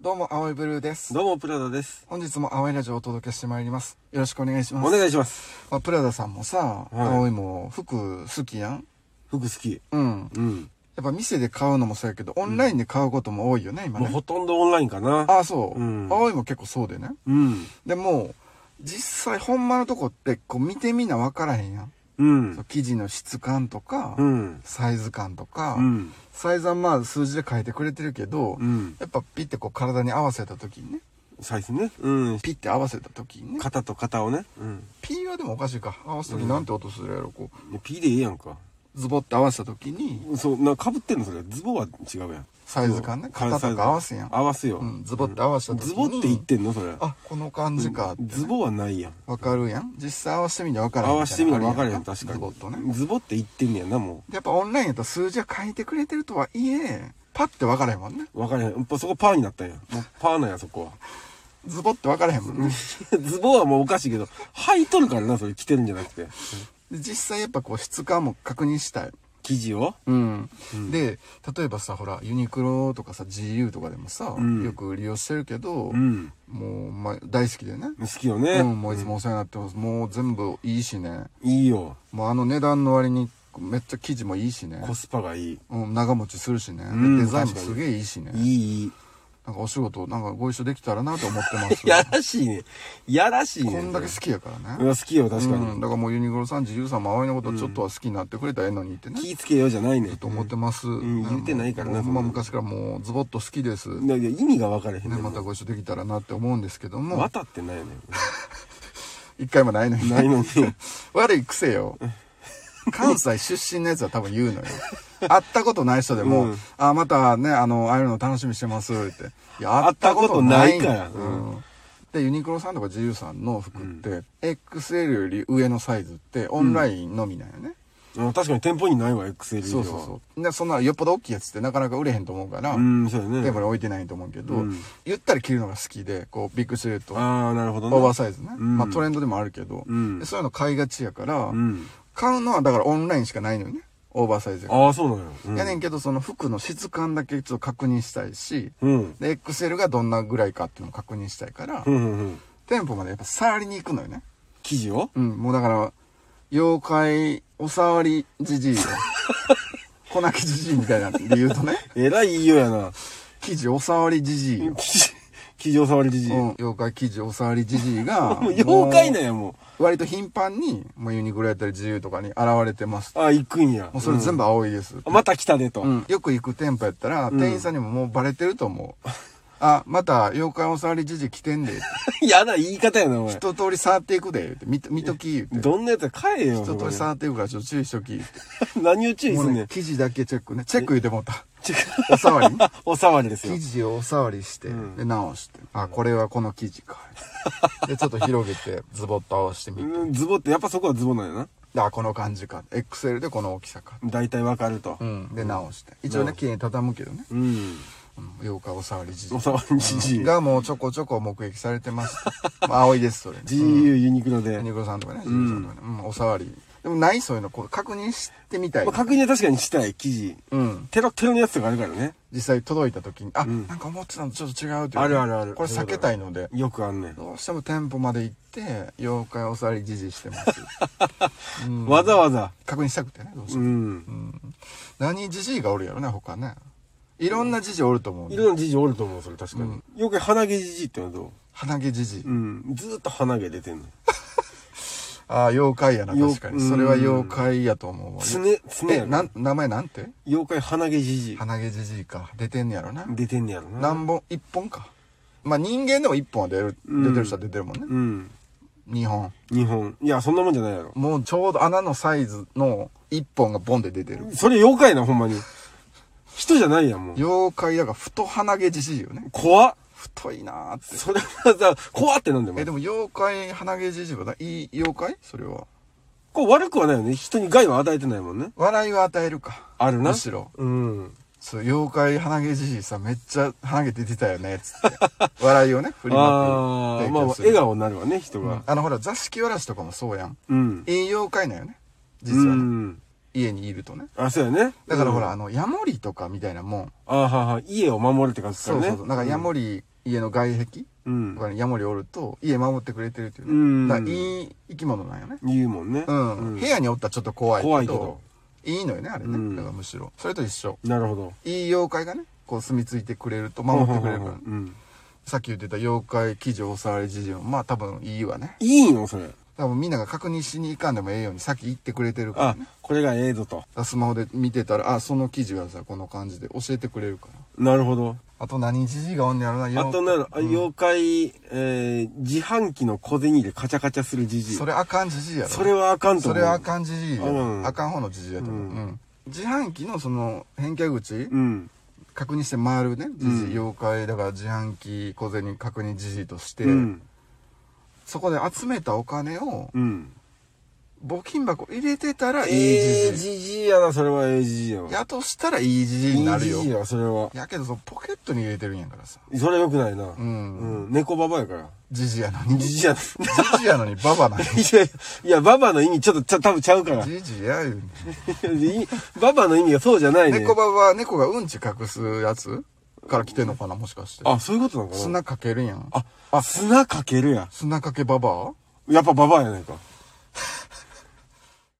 どうも、青いブルーです。どうも、プラダです。本日も青いラジオをお届けしてまいります。よろしくお願いします。お願いします。まあ、プラダさんもさ、はい青いも服好きやん服好き。うん。うん。やっぱ店で買うのもそうやけど、オンラインで買うことも多いよね、今もうね。ほとんどオンラインかな。ああ、そう。うん青いも結構そうでね。うん。でも、実際、ほんまのとこって、こう見てみなわからへんやん。う。そうん生地の質感とか、うん。サイズ感とか、うん。サイズはまあ数字で書いてくれてるけど、うん。やっぱピッてこう体に合わせた時にね、サイズね。うん。ピッて合わせた時にね、肩と肩をね。うん。ピーはでもおかしいか。合わせた時なんて音するやろ、こう。 P でいいやんか。ズボって合わせた時に、そう、な、被ってんのそれ。ズボンは違うやん。サイズ感ね。そう肩とか合わせやん。合わせよう。ん、ズボって合わせた時に。ズボンって言ってんのそれ。あ、この感じかってね。ズボンはないやん。わかるやん。実際合わせてみてわからへん合みわたせいてみなれのばあ分るやかんるやん、確かズボにッとね。。ズボンって言ってんねやな、もやっぱオンラインやったら数字は書いてくれてるとはいえ、パッてわからへんもんね。う。分からへん。やっぱそこパーになったんや。もうパーなんや、そこは。ズボってわからへんもんね。 ズボンはもうおかしいけど、履いとるからな、それ着てるんじゃなくて。で実際やっぱこう質感も確認したい。生地をうん、で例えばさほらユニクロとかさ GU とかでもさ、んよく利用してるけど、ん。もう、まあ、大好きでね、好きよね。うん、もういつもお世話になってます、もう全部いいしねいいよ。もうあの値段の割にめっちゃ生地もいいしねコ、スパがいい。うん、長持ちするしね、でうんデザインもすげえいいしねいい、いい。なんかお仕事なんかご一緒できたらなと思ってますやらしいね。やらしいね。こんだけ好きやからいねや好きよ、確かに。うん、だからもうユニクロさん GU さんも葵のことちょっとは好きになってくれたらええのにってね、気ぃつけようじゃないね。と思ってます、ん言ってないからもうなほんまそんなの昔からもうズボッと好きです、だけど意味が分からへんね、ね。またご一緒できたらなって思うんですけども渡ってないよね。一回もないのにないのに。 悪い癖よ関西出身のやつは多分言うのよ会ったことない人でも「うんあまたねあの会えるの楽しみにしてます」って「いや会ったことないから会ったことないうんでユニクロさんとか GU さんの服って、XL より上のサイズってオンラインのみなんよね、うん確かに店舗にないわ、XL 以上そうは。そうそうでそんなよっぽど大きいやつってなかなか売れへんと思うから、うん、そうやテーブね。ル置いてないと思うけど、うんゆったり着るのが好きでこうビッグシルエットオああ、なるほどね。ーバーサイズね、うんまあ、トレンドでもあるけど、うんでそういうの買いがちやから、うん。買うのはだからオンラインしかないのよねオーバーサイズが、ああ、そうなのよ。うんやねんけどその服の質感だけちょっと確認したいしうん。で XL がどんなぐらいかっていうのを確認したいから、うん、うん、うん。店舗までやっぱ触りに行くのよね生地をうんもうだから妖怪お触りじじい よ粉木じじいみたいなんで言うとねえらい言いようやな。生地お触りじじいよ生地、生地を触りじじい。うんも、妖怪記事おさわりじじい がう妖怪なんもや、もう割と頻繁にもうユニクロやったり自由とかに現れてますう。ああ、行くんや。もうそれ全部青いです、あまた来たでと。うんよく行く店舗やったら、うん店員さんにももうバレてると思 うあまた妖怪おさわりじじい来てんで 嫌な言い方やな、お前。一通り触っていくで言うて見と見とき言うてどんなやつや買えよ。一通りそこ触っていくからちょっと注意しとき言うに 何を注て意もすうんねねん。記事だけチェックねチェック言うてもうたちょ おさわりねお触りですよ生。地をおさわりして、うんで直してあこれはこの生地かでちょっと広げてズボッと合わせてみてうんズボンって、やっぱそこはズボンなんやな。あこの感じか XL でこの大きさか、大体わかると。で直して一応ね綺麗に畳むけどねうん。うん妖怪おさわりじじお触りじじいい。がもうちょこちょこ目撃されてます まあ青いですそれね GU ユニクロで。ユニまクロさんとかねジムさんとかね、うんおさわりでもないそういうのこう確認してみたい、あ確認は確かにしたい、生地。うんテロテロのやつとかあるからね。実際届いた時にあ、んなんか思ってたのとちょっと違うというあるあるある。これ避けたいのでよくあんねん。どうしても店舗まで行って妖怪おさわりじじいして ますうんわざわざ。確認したくてねどうしてうも、ん。何じじいがおるやろね他ねいろんなじじいおると思う、ねい、ろんなじじいおると思う、それ確かに。よく鼻毛じじいってのはど鼻毛じじい、ううん。ずーっと鼻毛出てんの。ああ妖怪やなよ確かにうんそれは妖怪やと思うわつね、つねえやろな。ん名前なんて妖怪鼻毛じじい。鼻毛じじいか出てんねやろな、出てんねやろな。何本一本かまあ人間でも一本は出るうん出てる人は出てるもんね、うん。二本日本。いや、そんなもんじゃないやろ。もうちょうど穴のサイズの一本がボンで出てるそれ妖怪な、ほんまに。人じゃないやん、もう。妖怪だから太鼻毛じじいよね怖っ。太いなーってそれはさ、怖ってなんだよ、おえ前でも妖怪鼻毛じじいはいい妖怪それはこう悪くはないよね。人に害は与えてないもんね。笑いを与えるかあるな。むしろうん。そう妖怪鼻毛じじいさめっちゃ鼻毛出てたよねっつって笑いをね振りま あくあ、まあま提供あ、笑する顔になるわね、人が。あのほら座敷わらしとかもそうやんうん。いい妖怪なんよね実うはねん。家にいるとねあ、そうやね。だからほら、うん。あのヤモリとかみたいなもんあーはーはー家を守るって書くかそらうね。そうそうなんかヤモリ家の外壁うんと。かにヤモリおると家守ってくれてるっていううのんだからいい生き物なんよね言うもんね。うん、部屋におったらちょっと怖いけど怖いけどいいのよねあれね、うんだからむしろそれと一緒なるほど。いい妖怪がねこう住み着いてくれると守ってくれるから、うん。さっき言ってた妖怪鬼女おさわり事情まあ多分いいわねいいのそれ。多分みんなが確認しに行かんでもええように先行ってくれてるからあね、これがええぞと。スマホで見てたらあその記事がさこの感じで教えてくれるからなるほど。あと何じじいがおんねやろなあとなる、あ妖怪、えー、自販機の小銭入れカチャカチャするじじい。それあかんじじいやろそれはあかんとそ思れう。はあかんじじいや、うんあかん方のじじいやと思う、うんうん自販機のその返却口、うん。確認して回るねじじい、うん妖怪だから自販機小銭確認じじいとして、うん。そこで集めたお金をうん。募金箱入れてたらいいええじじじじいやな、それはええじじいやわ。いやとしたらいいじじいになるよいいじじいやわ、それは。やけどそのポケットに入れてるんやからさそれは良くないな。んうん。猫ババやから。じじいやのにじじじいやな。 じいやのにババなんやいやいや、いや、ババの意味ちょっとちゃ、多分ちゃうから。じじいや言うねいババの意味がそうじゃないね。猫ババは猫がうんち隠すやつから来てんのかなもしかしてあ、そういうことなのかな砂かけるやんあ、砂かけるや。砂かけババアやっぱババアやないか。